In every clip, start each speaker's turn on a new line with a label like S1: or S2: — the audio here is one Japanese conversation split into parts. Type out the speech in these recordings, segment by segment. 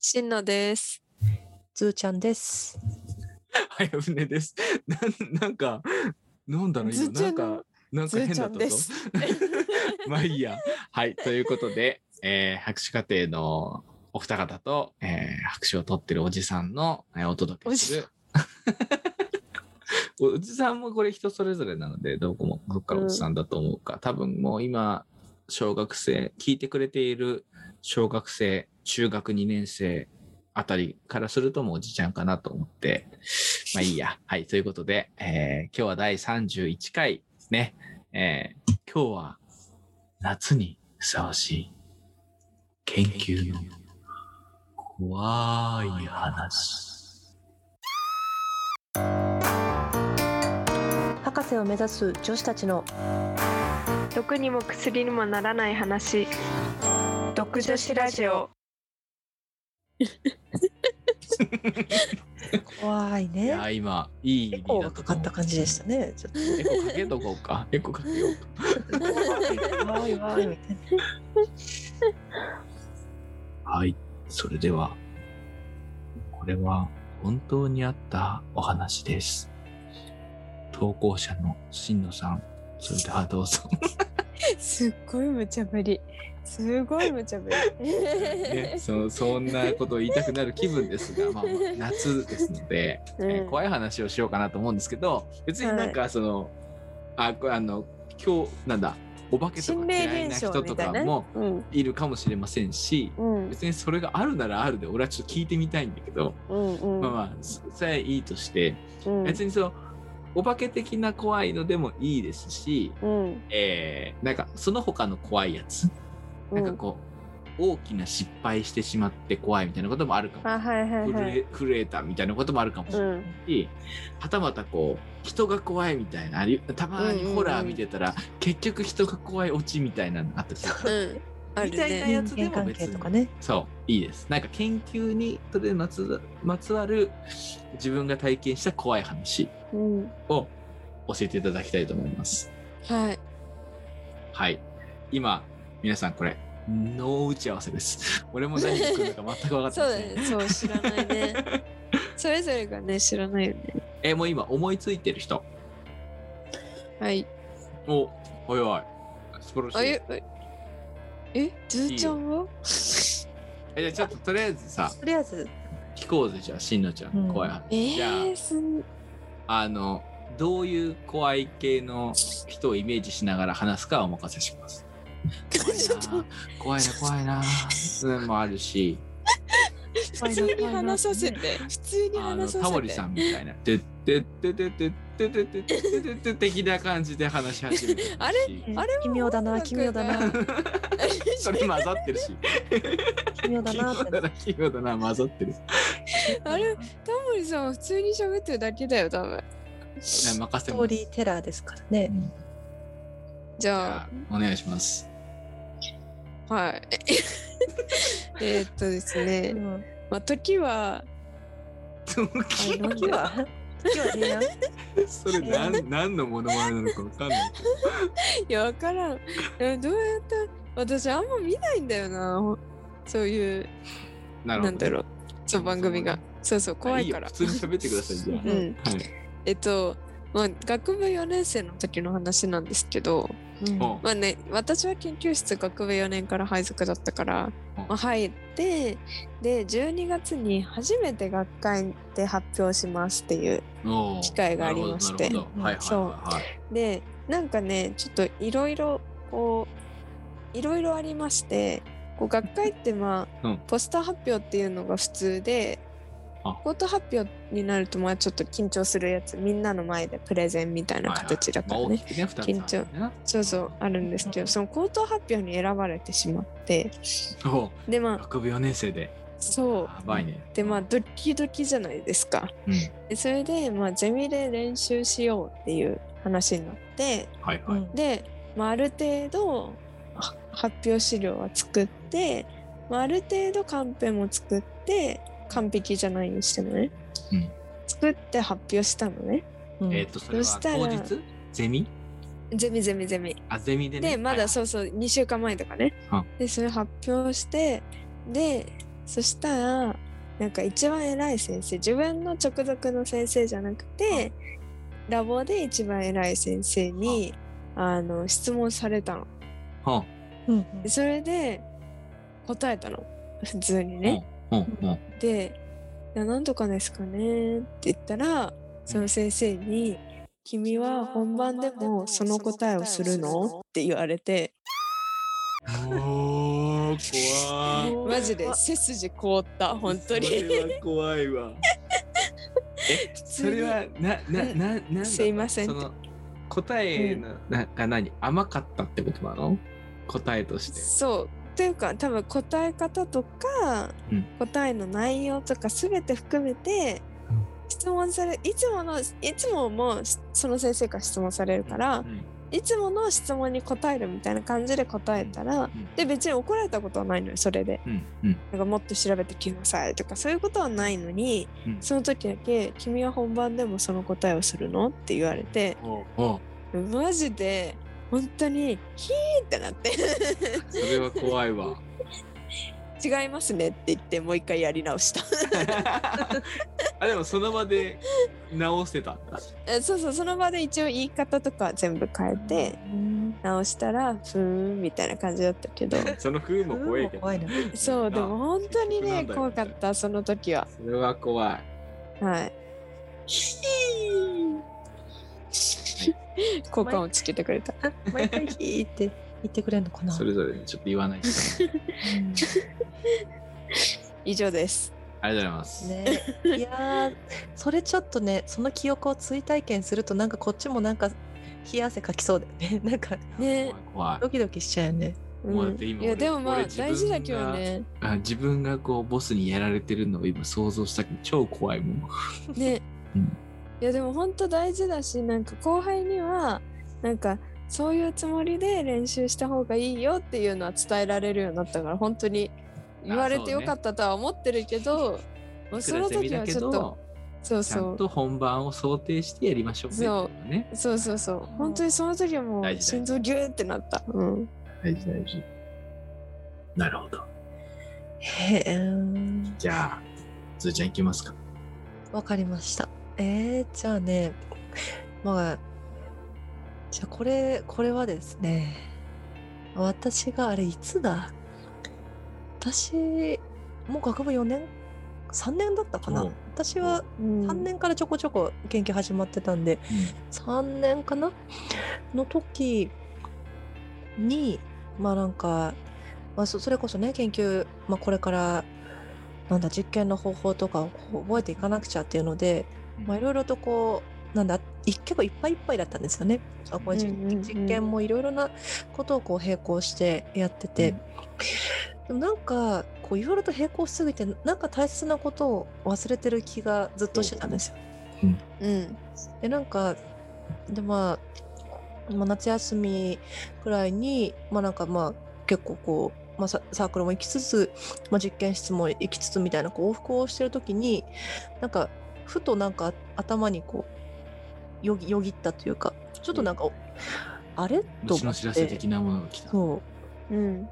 S1: しんのです。
S2: ずーちゃんです。
S3: 早船です。 なんなんかなんだろう
S1: ず
S3: 今
S1: ーち
S3: な
S1: ゃん
S3: んかなんか
S1: ず
S3: 変
S1: ーち
S3: だ
S1: ゃ
S3: っ
S1: ん
S3: た
S1: で
S3: ぞ
S1: す。。
S3: まあいいや。はいということで、えー博士課程のお二方と、えー博士を取ってるおじさんの、えーお届けする。おじさんもこれ人それぞれなのでどこもどっからおじさんだと思うか、多分もう今小学生聞いてくれている小学生中学2年生あたりからするともうおじちゃんかなと思ってまあいいやはいということで、えー今日は第31回ですね、えー今日は夏にふさわしい研究の怖い話。
S2: 博士を目指す女子たちの
S4: 毒にも薬にもならない話毒女子ラジオ
S2: 怖い
S3: い
S2: ね。
S3: や今いい
S2: エコーがかかった感じでしたたね。ちょっと
S3: エコかけとこう か。エコかけようか。
S2: 怖い わーみたいな。
S3: はい、それでは、これは本当にあったお話です。投稿者のしんのさん、それではどうぞ。
S1: すっごい無茶ぶり。すごい無茶ぶり。
S3: ね、そそんなことを言いたくなる気分ですが、ま あ、まあ夏ですので、
S1: うん
S3: えー怖い話をしようかなと思うんですけど、別になんかその、あ、これあの、今日、なんだ、お化けとか
S1: 心
S3: 嫌い
S1: 霊
S3: な
S1: 現象
S3: 人
S1: み
S3: と
S1: たい
S3: か
S1: なね。
S3: も
S1: うん
S3: いるかもしれませんし、
S1: うん
S3: 別にそれがあるならあるで俺はちょっと聞いてみたいんだけど、
S1: うんうん
S3: まあまあそそれはいいとして、
S1: うん
S3: 別にそのお化け的な怖いのでもいいですし、
S1: うん
S3: えーなんかその他の怖いやつ、
S1: う
S3: なんか
S1: ん
S3: こう大きな失敗してしまって怖いみたいなこともあるかも、
S1: あはいはいは
S3: 震
S1: い。
S3: え震えたみたいなこともあるかもしれないし、はたまたこう人が怖いみたいなありたまにホラー見てたら、結局人が怖いオチみたいなのあったりする
S1: うん。ある
S3: みたいな
S1: ね。
S3: や
S2: 人
S3: つで
S2: 間
S3: も
S2: 関
S3: 別
S2: 係
S3: に
S2: とかね。
S3: そういいですなんか研究にそれにまつまつわる自分が体験した怖い話
S1: うん。
S3: を教えていただきたいと思います
S1: はい。
S3: はい今皆さんこれノー打ち合わせです俺も何が来るのか全く分かって
S1: そう
S3: ま
S1: だ
S3: せん、
S1: ね。そう知らないね。 それぞれがね知らないよね。
S3: えもう今思いついてる人
S1: はい。
S3: おおいおい素晴ら
S1: あ
S3: しい
S1: ゆえずーちゃんは？
S3: えじゃあちょっととりあえずさ
S2: とりあえず、
S3: 聞こうぜじゃあしんのちゃん、
S2: うん
S3: 怖い話
S1: え
S3: じゃ
S1: ーすん
S3: ああのどういう怖い系の人をイメージしながら話すかはお任せします怖いな怖いな怖いなもあるし
S1: 普通に話させて普通に
S3: あの
S1: 話させて
S3: タモリさんみたいな「てってってってってってってってってってって」的な感じで話し始めて
S1: あ
S3: れ
S1: あれも
S2: 奇妙だな、奇妙だな、
S3: それ混ざってるし
S2: 奇妙だ
S3: 奇
S2: な
S3: 妙
S2: っ て
S3: だな奇妙だな混ざってる
S1: あれタモリさんは普通に喋ってるだけだよ多分
S3: じゃあ任
S2: ス
S3: せ
S2: ト
S3: ま
S2: ー
S3: す
S2: リーテラーですからね。
S1: じ
S3: じ
S1: ゃ
S3: ゃあお願いします
S1: あはい えーっとです
S2: う
S1: ね、
S2: ん、
S1: まあ、時は
S2: 時は、時は平安。
S3: それ何何のモノマネなのか分かんないけど
S1: いやわからんえどうやった私あんま見ないんだよなほそういう
S3: な
S1: なんだろうそう番組がそうそう怖いか
S3: あ
S1: ら
S3: いいよ普通に喋ってくださいじゃあ、
S1: うん
S3: はい
S1: えっとまあ、学部4年生の時の話なんですけど、
S2: うん
S3: おう
S1: まあね、私は研究室学部4年から配属だったから、
S3: うん
S1: まあ、入ってで12月に初めて学会で発表しますっていう
S3: おう
S1: 機会がありまして
S3: なるほどなるほどはいはいはいはい
S1: でなんかねちょっといろいろこういろいろありましてこう学会ってまあ、
S3: うん
S1: ポスター発表っていうのが普通で
S3: あ
S1: コート発表になるとまあちょっと緊張するやつみんなの前でプレゼンみたいな形だからね、
S3: はいはいまあ大きくね二つあるんだよね
S1: そうそうあるんですけどそのコート発表に選ばれてしまって
S3: おう
S1: でまあ
S3: 学部4年生で
S1: そう
S3: やばいね
S1: でまあドキドキじゃないですか。
S3: うん
S1: でそれで、まあ、ゼミで練習しようっていう話になって
S3: はいは
S2: う
S3: い、
S2: ん
S1: で、まあ、ある程度は発表資料は作って、まあ、ある程度カンペも作って完璧じゃないにしてもね、
S3: うん
S1: 作って発表したのね
S2: うん
S3: えっ、とそれは
S1: そしたら
S3: 当日ゼミ
S1: ゼミゼミゼミ
S3: あゼミでね
S1: でまだそうそう2週間前とかね、
S3: うん
S1: でそれ発表してでそしたらなんか一番偉い先生自分の直属の先生じゃなくてラボで一番偉い先生にあの質問されたの。
S3: はん
S2: うんうん
S1: でそれで答えたの普通にね。
S3: うんうん
S1: で「いやなんとかですかね」って言ったらその先生に「君は本番でもその答えをするの?」って言われて
S3: おー怖い
S1: マジで背筋凍った本当
S3: そ
S1: に
S3: れは怖いわえそれはななななんだった
S1: すいません
S3: その答えの、なが何甘かったってことなの答えとして
S1: そうというか多分答え方とか、
S3: うん
S1: 答えの内容とか全て含めて、
S3: うん
S1: 質問されいつものいつももうしその先生から質問されるから、
S3: うん
S1: いつもの質問に答えるみたいな感じで答えたら、
S3: うん
S1: で別に怒られたことはないのよそれで
S3: うんうん
S1: なんかもっと調べてきなさいとかそういうことはないのに、
S3: うん
S1: その時だけ「君は本番でもその答えをするの?」って言われて
S3: おお
S1: マジで本当にヒーってなって
S3: それは怖いわ
S1: 違いますねって言ってもう一回やり直した
S3: あでもその場で直せたんだ
S1: えそうそうその場で一応言い方とか全部変えて直したらふーんみたいな感じだった けど
S3: その風も怖いけど
S2: 怖いな。
S1: そうでも本当に
S3: なん
S1: ね
S3: だよ
S1: 怖かったその時は
S3: それは怖い
S1: はいヒー効果音つけてくれた
S2: 毎回ヒーって言ってくれるのかな。
S3: それぞれちょっと言わないと
S2: うん
S1: 以上です
S3: ありがとうございます、
S2: ね、いやーそれちょっとねその記憶を追体験するとなんかこっちもなんか冷や汗かきそうだよね なんか
S1: ね
S3: 怖い怖い
S2: ドキドキしちゃうよね
S3: もうだ
S1: う
S3: っ
S1: ん、
S3: て今
S1: いや
S3: 俺
S1: でもま
S3: 俺
S1: あ
S3: 自分
S1: 大事だけどね
S3: あ自分がこうボスにやられてるのを今想像したけど超怖いもん
S1: ね、
S3: うん
S1: いやでも本当大事だしなんか後輩にはなんかそういうつもりで練習した方がいいよっていうのは伝えられるようになったから本当に言われてよかったとは思ってるけどもうその時はちょっとそう
S3: ちゃ
S1: そ
S3: ん
S1: う
S3: と本番を想定してやりましょうね
S1: そう
S3: っていのがね
S1: そうそうそう本当にその時はも
S3: 大
S1: う
S3: 事大
S1: 心
S3: 事
S1: 臓ギューってなった、うん、
S3: 大事大事なるほど
S2: へえうん
S3: じゃあずーちゃんいきますか
S2: わかりましたえー、じゃあねまあじゃあこれこれはですね私があれいつだ私もう学部4年3年だったかな
S3: おう
S2: 私は
S1: うん
S2: 3年からちょこちょこ研究始まってたんで、3年かなの時にまあなんか、まあ、そそれこそね研究、まあ、これからなんだ実験の方法とかをこう覚えていかなくちゃっていうので
S3: うん
S2: まあいろいろとこうなんだい結構いっぱいいっぱいだったんですよね。あこれ実
S1: うんうんうん
S2: 実験もいろいろなことをこう並行してやってて、でもなんかこういろいろと並行しすぎてなんか大切なことを忘れてる気がずっとしてたんですよ
S1: うん
S2: でなんかでまあ、まあ、夏休みくらいにまあなんかまあ結構こう、まあ、ササークルも行きつつ、まあ、実験室も行きつつみたいなこう往復をしてる時になんかふとなんか頭にこうよぎよぎったというかちょっとなんか、あれと
S3: 虫
S2: 思
S3: の
S2: っ
S3: 知らせ
S2: て
S3: 的なものが来た
S2: そう
S1: うん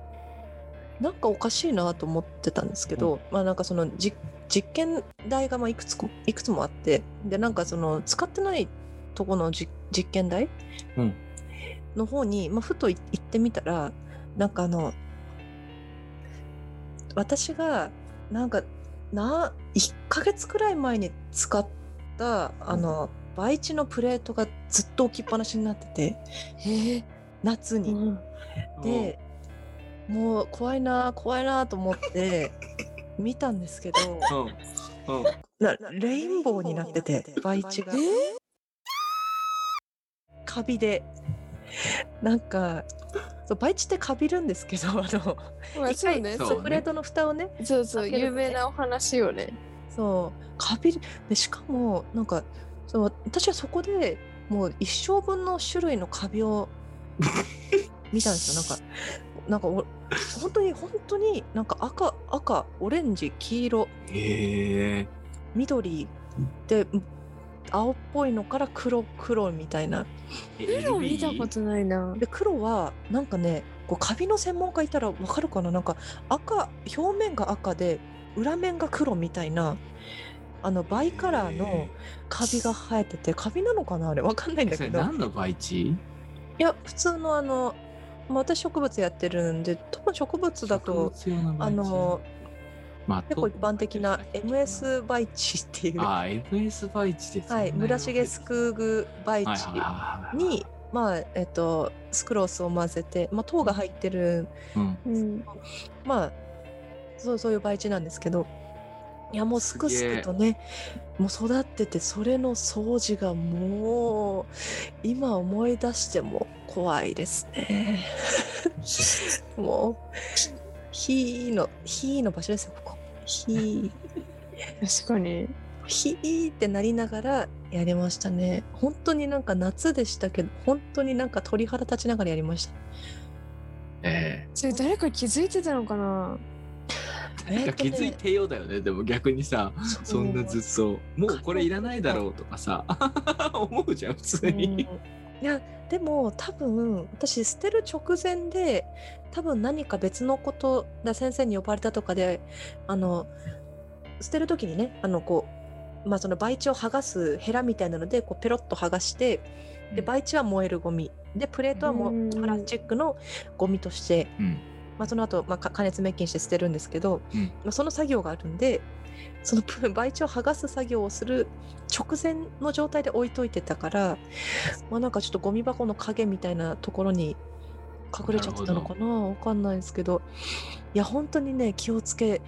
S2: なんかおかしいなと思ってたんですけど、まあなんかそのじ実験台がまあいくつかいくつもあってでなんかその使ってないとこのじ実験台、
S3: うん
S2: の方に、まあ、ふとい行ってみたらなんかあの私がなんかな1ヶ月くらい前に使ったあの培地のプレートがずっと置きっぱなしになってて
S1: へえ
S2: 夏に。
S1: うん
S2: でもう怖いな怖いなと思って見たんですけど
S3: うんうん
S2: なレインボーになってて培地が
S1: え
S2: カビでなんかそう培地ってカビるんですけどあの
S1: まあそうね
S3: そう
S2: プレートの蓋をね
S1: そうそう
S2: 開ける
S1: 有
S2: とね
S1: 名なお話よね
S2: そうカビるでしかもなんかそう私はそこでもう一生分の種類のカ ビを見たんですよなんかなんかお本当に本当になんか赤赤オレンジ黄色
S3: へえ
S2: 緑でうん青っぽいのから黒黒みたいな
S1: でも見たことないな
S2: で黒はなんかねこうカビの専門家いたらわかるかななんか赤表面が赤で裏面が黒みたいなあのバイカラーのカビが生えててカビなのかなあれわかんないんだ
S3: そ
S2: け
S3: れ
S2: ど
S3: 何の培地
S2: いや普通のあの、まあ、私植物やってるんで多分植物だと
S3: 植物用の培
S2: あ
S3: 地
S2: の
S3: まあ
S2: 結構一般的な
S3: と
S2: MS 培地っていう
S3: ああ MS 培地です
S2: はい、村重スクーグ培地
S3: に、
S2: に、まあえっと、スクロースを混ぜて、まあ、糖が入ってる、
S3: うん、
S1: うん、
S2: まあ、そうそういう培地なんですけどいやもうすくすくとねもう育っててそれの掃除がもう今思い出しても怖いですねもう火の火の場所ですよここ火
S1: 確かに。
S2: ひーってなりながらやりましたね本当になんか夏でしたけど本当になんか鳥肌立ちながらやりました
S3: え
S1: それ誰か気づいてたのかな。
S3: えなんか気づいてようだよねでも逆にさそんなずっともうこれいらないだろうとかさ 思うじゃん普通に、
S2: いやでも多分私捨てる直前で多分何か別のことだ先生に呼ばれたとかであの捨てる時にねあのこうまあその培地を剥がすヘラみたいなのでこうペロッと剥がしてで培地は燃えるゴミでプレートはも
S1: うん
S2: うプラスチックのゴミとして
S3: うん
S2: まあ、その後、まあ、か加熱滅菌して捨てるんですけど、
S3: うん
S2: まあ、その作業があるんでその ぷ培地を剥がす作業をする直前の状態で置いといてたから、まあ、なんかちょっとゴミ箱の影みたいなところに隠れちゃってたのかなわかんないですけどいや本当にね気をつけ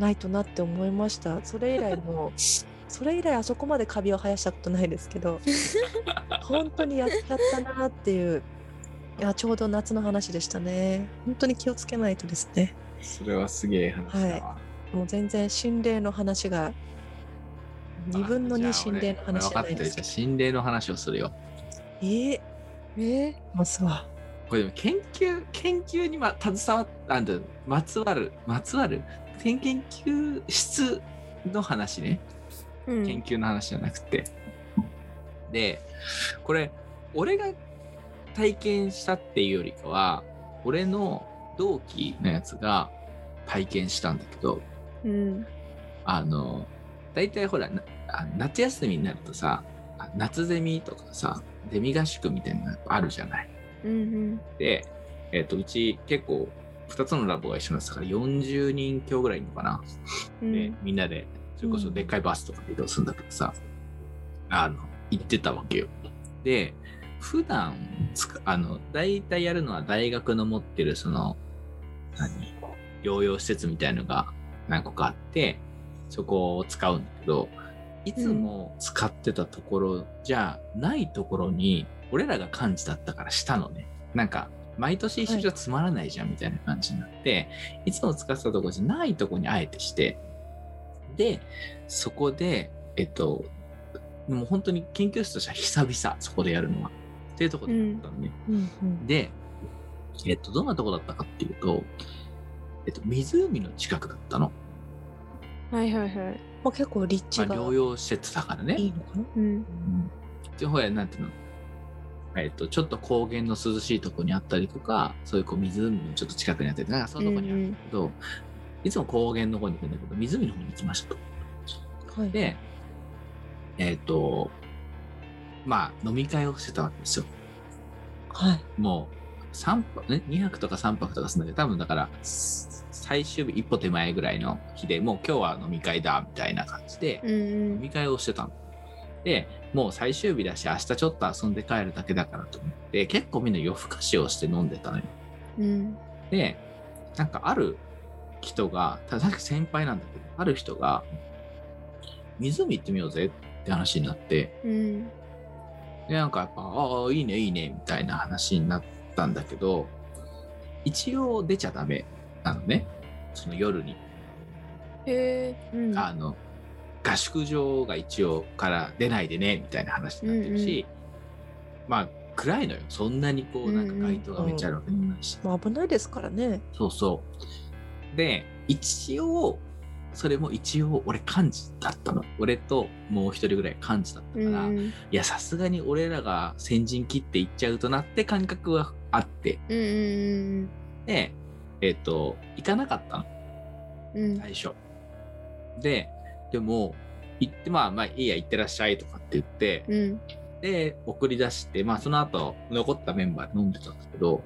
S2: ないとなって思いましたそれ以来もそれ以来あそこまでカビを生やしたことないです けど本当にやっちゃったなっていういやちょうど夏の話でしたね本当に気をつけないとですね
S3: それはすげえ話だわ、
S2: もう全然心霊の話が2分の2心霊の話じゃない
S3: 分か
S2: で
S3: った
S2: す
S3: じゃあ心霊の話をするよ
S2: えー、
S1: えー、
S2: ますわ
S3: これでも研究研究にま携わっあんだまつわるまつわる研究室の話ね
S1: う
S3: 研
S1: ん。
S3: 究の話じゃなくて、でこれ俺が体験したっていうよりかは俺の同期のやつが体験したんだけど
S1: うん。
S3: あの大体ほらなあ夏休みになるとさあ夏ゼミとかさゼミ合宿みたいなのあるじゃない。
S1: うん。
S3: で、えっとうち結構2つのラボが一緒なんですから40人強ぐらいいるのかな。
S1: う
S3: で
S1: ん。
S3: みんなでそれこそでっかいバスとかで移動するんだけどさ、あの行ってたわけよで普段つかあの大体やるのは大学の持ってるその何療養施設みたいのが何個かあってそこを使うんだけどいつも使ってたところじゃないところに俺らが幹事だったからしたのねなんか毎年一緒じゃつまらないじゃんみたいな感じになって、いつも使ってたとこじゃないとこにあえてして、で、そこで、えっと、もう本当に研究室としては久々、そこでやるのは。っていうところだったのね。
S2: うんうん
S3: で、えっと、どんなとこだったかっていうと、えっと、湖の近くだったの。
S1: はいはいはい。
S2: まあ、結構立地
S3: まあ、
S2: が
S3: 療養施設だからね。
S2: いいのかな
S1: うん。
S3: でほらなんていうのえっと、ちょっと高原の涼しいとこにあったりとかそういうこう湖のちょっと近くにあったりとかなんかそういうとこにあるんだけど、いつも高原の方に行くんだけど湖の方に行きましたと。
S2: はい
S3: で、えっ、と、まあ、飲み会をしてたわけですよ。
S2: はい
S3: もう、3泊、ね、2泊とか3泊とかするんだけど、多分だから、最終日一歩手前ぐらいの日で、もう今日は飲み会だ、みたいな感じで、
S1: うん
S3: 飲み会をしてたの。で、もう最終日だし、明日ちょっと遊んで帰るだけだからと思って、結構みんな夜更かしをして飲んでたのよ。
S1: うん。うん。
S3: で、なんかある人が、ただ先輩なんだけど、ある人が、湖行ってみようぜって話になって、
S1: うん。
S3: でなんかやっぱ「ああいいねいいね」みたいな話になったんだけど一応出ちゃダメなのねその夜に、
S1: へえ。うん。
S3: あの合宿場が一応から出ないでねみたいな話になってるし、まあ暗いのよそんなにこうなんか街灯がめっちゃあるわけでもないし、
S2: まあ、危ないですか らね
S3: そうそうで一応それも一応俺幹事だったの俺ともう一人ぐらい幹事だった
S1: う
S3: から、
S1: ん。
S3: いや、さすがに俺らが先陣切っていっちゃうとなって感覚はあって、
S1: うんうん
S3: で、えっ、と、行かなかったの、
S1: うんうん
S3: 最初。ででも行ってまあまあいいや行ってらっしゃいとかって言って、
S1: うん
S3: で送り出してまあその後残ったメンバーで飲んでたんですけど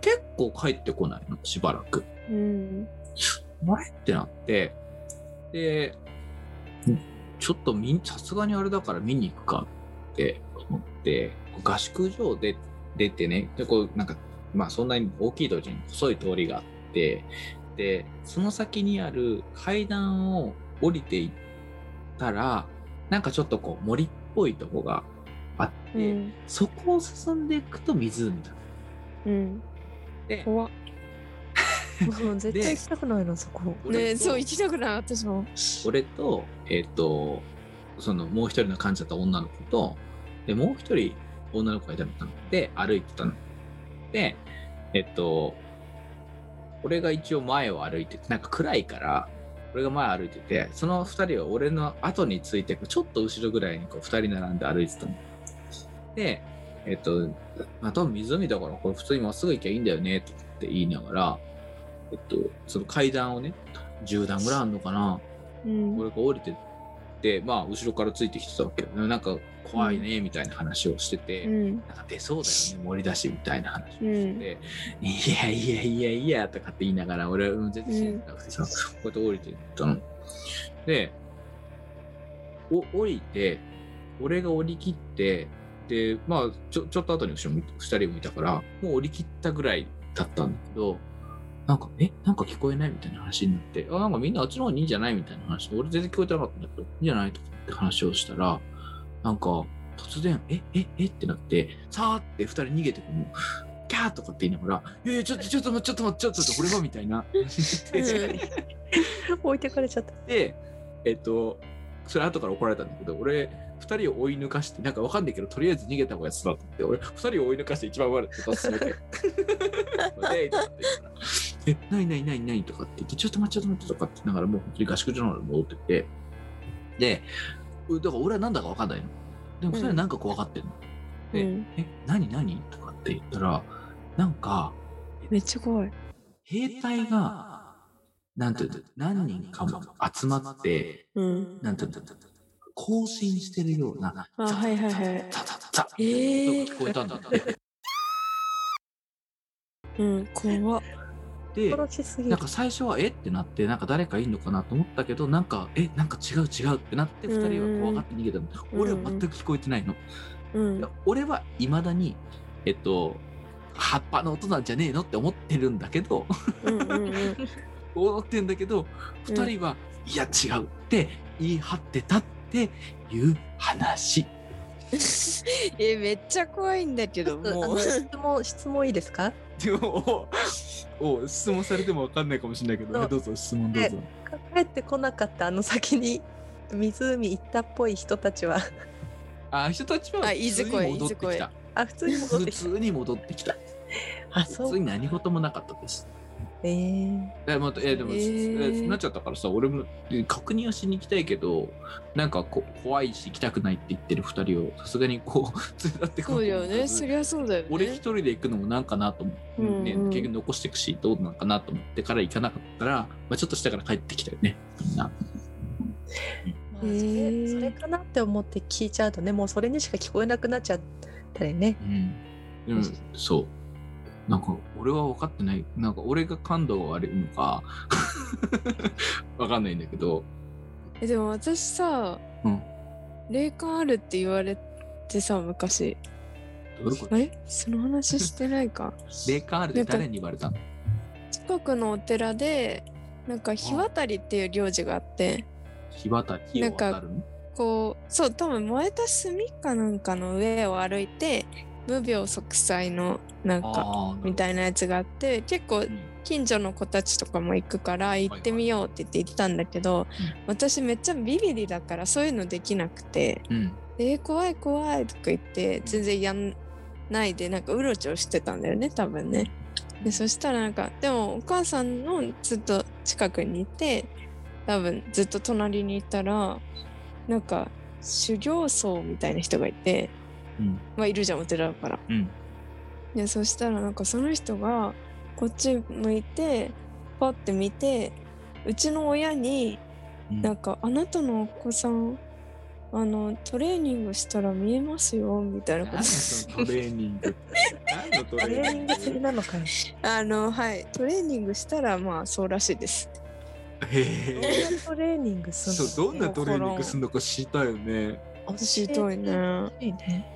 S3: 結構帰ってこないのしばらく。
S1: うん
S3: あれってなってでちょっとみさすがにあれだから見に行くかって思って合宿場で出てねでこうなんかまあそんなに大きい通りに細い通りがあってでその先にある階段を降りていったらなんかちょっとこう森っぽいとこがあって、
S1: うん
S3: そこを進んでいくと湖だっ
S1: うん
S3: て
S1: 怖っ
S2: もう絶対行きたくないな そこ
S1: ねそう行きたくない私も
S3: 俺と、えっ、と、そのもう一人の患者と女の子と、で、もう一人女の子がいたのかなで、歩いてたの。で、えっ、と、俺が一応前を歩いてて、なんか暗いから、俺が前を歩いてて、その二人は俺の後についてく、ちょっと後ろぐらいにこう二人並んで歩いてたの。で、えっ、と、まあ、多分湖だから、これ普通にまっすぐ行きゃいいんだよね、とかって言いながら、えっと、その階段をね、10段ぐらいあるのかな
S1: うん
S3: 俺が降りてってまあ後ろからついてきてたわけよなんか怖いねみたいな話をしてて、
S1: うん
S3: なんか出そうだよね盛り出しみたいな話をして
S1: うん
S3: て、いやいやいやいやとかって言いながら俺はうん全然信じてなくてさ、こうやって降りてったの。でお降りて俺が降り切ってでまあちょちょっと後に後ろ2人を見たからもう降り切ったぐらいだったんだけどなんか「えなんか聞こえない?」みたいな話になって「あなんかみんなあっちの方にいいんじゃない?」みたいな話で俺全然聞こえてなかったんだけど「いいんじゃない?」とかって話をしたらなんか突然「えええっ?」てなってさーって2人逃げてくの。キャーとかって言いながら「いやいやちょっとちょっと待ってちょっと待ってちょっと待って俺は」みたいな
S2: 置いてかれちゃった
S3: で、えっと、それ後から怒られたんだけど、俺、2人を追い抜かして、なんかわかんないけど、とりあえず逃げた方がやつだって言って、俺、2人を追い抜かして一番悪いって言った ら、でとかって言ったらえ、ないないないないとかって言って、ちょっと待って、ちょっと待ってとかって言いながら、もう本当に合宿所の方に戻ってって、で、うだから俺はなんだかわかんないの。でも2人はなんか怖がってんの。
S1: う
S3: で
S1: ん
S3: え、何何とかって言ったら、なんか、
S1: めっちゃ怖い
S3: 兵隊が、なんていうの、何人かも集まって、
S1: うん
S3: なんて言うんだろう更新してるような、
S1: あはいはいはい
S3: ザザザザ
S1: えー
S3: 音が聞こえたんだ。
S1: うん怖っ
S3: で、
S2: 殺しすぎ
S3: なんか最初はえってなって、なんか誰かいんのかなと思ったけど、なんかえなんか違う違うってなって、二人は怖がって逃げたの。
S1: うん
S3: 俺は全く聞こえてないの。
S1: うん
S3: で俺は未だに、えっと、葉っぱの音なんじゃねえのって思ってるんだけど、
S1: うんうんうん
S3: 思ってんだけ
S1: う
S3: ど、
S1: ん
S3: 二人は、いや違うって言い張ってたっていう話。
S1: えめっちゃ怖いんだけど もう
S2: 質問質問いいですか
S3: でもおお質問されても分かんないかもしれないけど、
S2: そう
S3: はいどうぞ質問どうぞ。
S2: 帰ってこなかったあの先に湖行ったっぽい人たちは
S3: あ人たちは
S1: あ
S3: 普通に戻って
S1: い
S3: き
S1: い
S3: た。
S2: あ普通に戻っ
S3: 普
S2: てき
S3: 通に戻ってきた。
S2: たあ
S3: 普
S2: そ
S3: 通
S2: う
S3: に何事もなかったです。
S2: えー、
S3: えまたえでも、
S1: へー
S3: えなっちゃったからさ俺もえ確認をしに行きたいけどなんかこ怖いし行きたくないって言ってる二人をさすがにこう 連れ立ってこ
S1: そうだよねそりゃそうだよね
S3: 俺一人で行くのもなんかなと思って、
S1: うんうん
S3: ね、結局残していくしどうなんかなと思ってから行かなかったから、まあ、ちょっとしたから帰ってきたよねみんな。
S2: まあ、
S1: え
S2: そ
S1: ー
S2: れそれかなって思って聞いちゃうとねもうそれにしか聞こえなくなっちゃったりね
S3: うん、うん、そう。なんか俺は分かってない。なんか俺が感度が悪いのか 分かんないんだけど。
S1: えでも私さ
S3: うん。
S1: 霊感あるって言われてさ昔
S3: どういうこと
S1: あれその話してない か
S3: 霊感あるって誰に言われたの
S1: 近くのお寺でなんか日渡りっていう行事があって
S3: 日渡り火を渡るの
S1: こうそう多分燃えた炭かなんかの上を歩いて無病息災のなんか
S3: あー
S1: み
S3: な
S1: たいなやつがあって結構
S3: るほど
S1: 近所の子たちとかも行くから行ってみようって言って行ったんだけど、私めっちゃビビりだからそういうのできなくて
S3: うん。うん
S1: 「えー、怖い怖い」とか言って全然やんないでなんかうろちょろしてたんだよね多分ね。でそしたらなんかでもお母さんのずっと近くにいて多分ずっと隣にいたらなんか修行僧みたいな人がいて、
S3: うん
S1: まあいるじゃんお寺だから。
S3: うん
S1: でそしたらなんかその人がこっち向いてパッて見てうちの親に
S3: うん
S1: なんか「あなたのお子さんあのトレーニングしたら見えますよ」みたいなこ
S3: 何
S1: と
S3: のそのトレー ニングって何のト
S2: トレ
S3: レ
S2: ー
S3: ーニ
S2: ニン
S3: ン
S2: グ
S3: グ
S2: するなのかよ。
S1: あのはいトレーニングしたらまあそうらしいです
S2: ど
S3: へ
S2: ん
S3: え
S2: なトレーニングするの
S3: そうどんなトレーニングするのか知りたいよね
S1: しどいね
S2: いいね。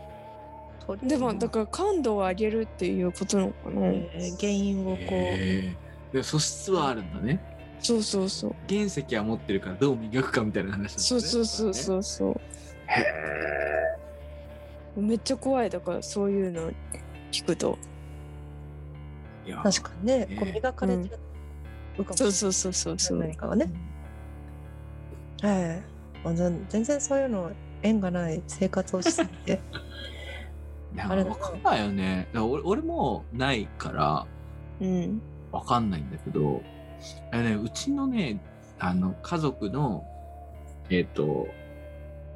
S2: トレーニング
S1: でもだから感度を上げるっていうことなのかな、
S2: えー原因をこう。
S3: へえでも素質はあるんだね
S1: そうそうそう
S3: 原石は持ってるからどう磨くかみたいな話なんだね
S1: そうそうそう
S3: う
S1: そうそう
S3: へ
S1: めっちゃ怖いだからそういうの聞くと
S3: えいや
S2: 確かにね、こう
S3: ね
S2: 磨かれてるのかもしれない
S1: そうそうそうそうそう
S2: 何かがね。はい、まあ全全然そういうの縁がない生活をしすぎて。
S3: だから分かんないよねだから俺俺もないから
S1: うん
S3: わかんないんだけど、あれね、うちのね、あの、家族の、えっ、と、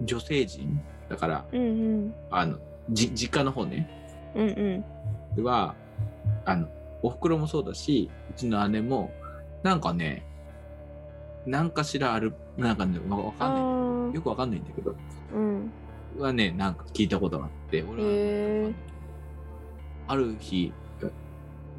S3: 女性陣、だから、
S1: うんうん
S3: あの、じ、実家の方ね、
S1: うんうん
S3: は、あの、お袋もそうだし、うちの姉も、なんかね、なんかしらある、なんかね、わわかんない。
S1: あ
S3: よくわかんないんだけど、
S1: あうん
S3: はね、なんか聞いたことがあって、俺は、
S1: へえ
S3: ある日、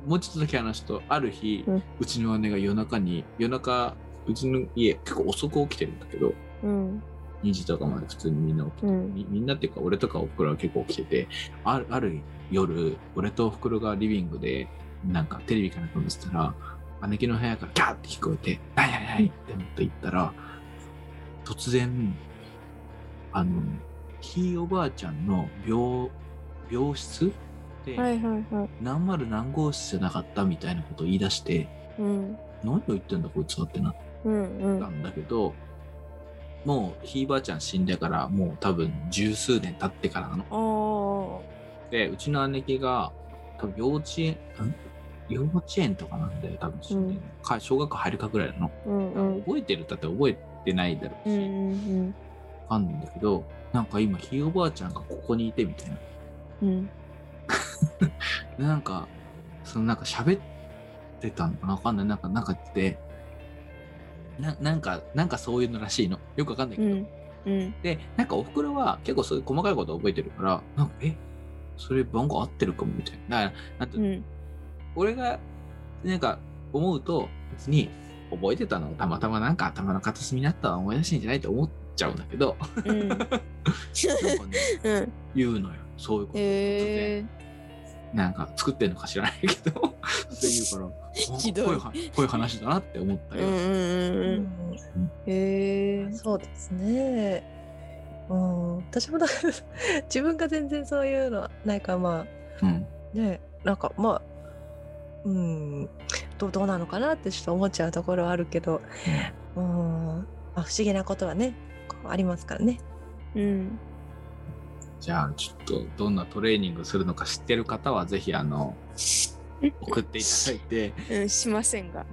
S3: もうちょっとだけ話すと、ある日、
S1: う
S3: うんちの姉が夜中に、夜中、うちの家結構遅く起きてるんだけど、
S1: うん
S3: 2時とかまで普通にみんな起きて、
S1: うん
S3: みみんなっていうか俺とかおふくろは結構起きてて、あるある夜、俺とおふくろがリビングで、なんかテレビかなんか見てたら、姉貴の部屋からギャーって聞こえて、ないないないって思って行ったら、突然、あの、ひいおばあちゃんの病、病室で、
S1: はいはいはい
S3: 何丸何号室じゃなかったみたいなことを言い出して
S1: うん
S3: 何を言ってんだこいつはってなっ
S1: うんう
S3: た
S1: ん
S3: んだけどもうひいばあちゃん死んでからもう多分十数年経ってからなの
S1: ああ
S3: でうちの姉貴が多分幼稚園ん幼稚園とかなんだよ多分死んでるのか小学校入るかぐらいなの、
S1: うんうん
S3: 覚えてるだって覚えてないだろう
S1: う
S3: し、
S1: んうん
S3: わかんないんだけどなんか今ひいおばあちゃんがここにいてみたいな
S1: うん
S3: でなんかそのなんか喋ってたのかなわかんないなんかなんか言っててななんかなんかそういうのらしいのよくわかんないけ
S1: う
S3: ど、
S1: んうん
S3: でなんかおふくろは結構そういう細かいこと覚えてるからなんかえそれ番号合ってるかもみたいなだからなんて、
S1: うん
S3: 俺がなんか思うと別に覚えてたのをたまたまなんか頭の片隅にあったのを思い出してんじゃないと思っちゃうんだ けど
S1: うん
S3: なんかね
S1: うん
S3: 言うのよそういうことを突然
S1: へえ
S3: なんか作ってんのか知らないけ どって言うからあ
S1: ひどい
S3: こういうはこういう話だなって思った
S1: うんう
S3: よ、
S1: ん うんうんへえ
S2: そうですね。うん、私もだから 自分が全然そういうのないからまあ
S3: うん
S2: ねなんかまあうんどうどうなのかなってちょっと思っちゃうところはあるけど、うんまあ、不思議なことはねこうありますからね。
S1: うん
S3: じゃあちょっとどんなトレーニングするのか知ってる方はぜひあの送っていただいて
S1: うんしませんが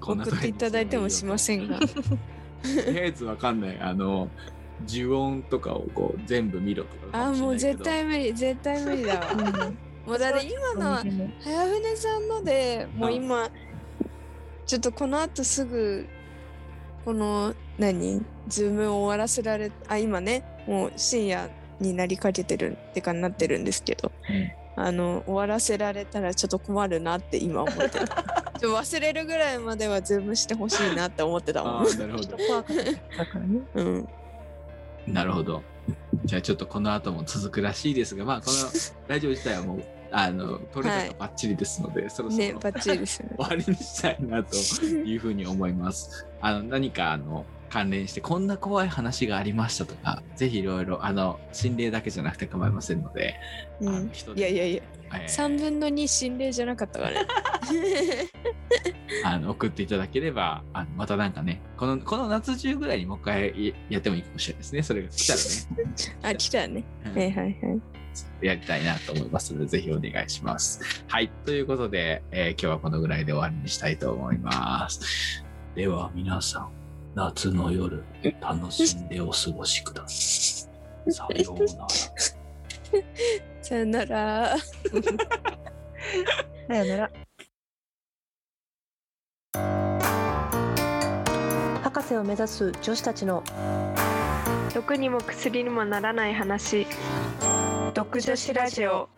S3: こんな
S1: 送
S3: トレ
S1: ってい
S3: ーニング
S1: ただいてもしま
S3: ん
S1: せんが
S3: とりあえずわかんないあの呪音とかをこう全部見ろとか
S1: あ
S3: か
S1: ーもう
S3: しれない
S1: 絶
S3: けど
S1: 対無理絶対無理だわもうだって今のは早船さんのでもう今ちょっとこのあとすぐこの何ズームを終わらせられあ今ねもう深夜になりかけてるってかなってるんですけど、
S3: うん
S1: あの終わらせられたらちょっと困るなって今思ってたち ょっと忘れるぐらいまではズームしてほしいなって思ってたも
S3: あ
S1: ん、
S3: ーなるほど
S2: 怖かったからね。
S1: うん、
S3: なるほどじゃあちょっとこの後も続くらしいですがまあこのラジオ自体はもうあの撮れた
S1: は
S3: と
S1: い
S3: バッチリですので、そろそろ、
S1: ねバッチリです よね
S3: 終わりにしたいなというふうに思います。あの何かあの関連してこんな怖い話がありましたとか、ぜひいろいろあの心霊だけじゃなくて構いませんので、
S1: う
S3: あの
S1: ん、
S3: 人
S1: いやいやいや
S3: えー
S1: 3分の2心霊じゃなかったからね
S3: あの送っていただければ、あのまたなんかね、このこの夏中ぐらいにもう一回やってもいいかもしれないですね。それが来たらね。
S1: あ来たね
S3: うん
S1: はいはいはい
S3: やりたいなと思いますので、ぜひお願いします。はい、ということで、えー今日はこのぐらいで終わりにしたいと思います。では皆さん、夏の夜、楽しんでお過ごしください。さようなら。
S1: さよなら
S2: さよなら。生を目指す女子たちの
S1: 毒にも薬にもならない話毒女子ラジオ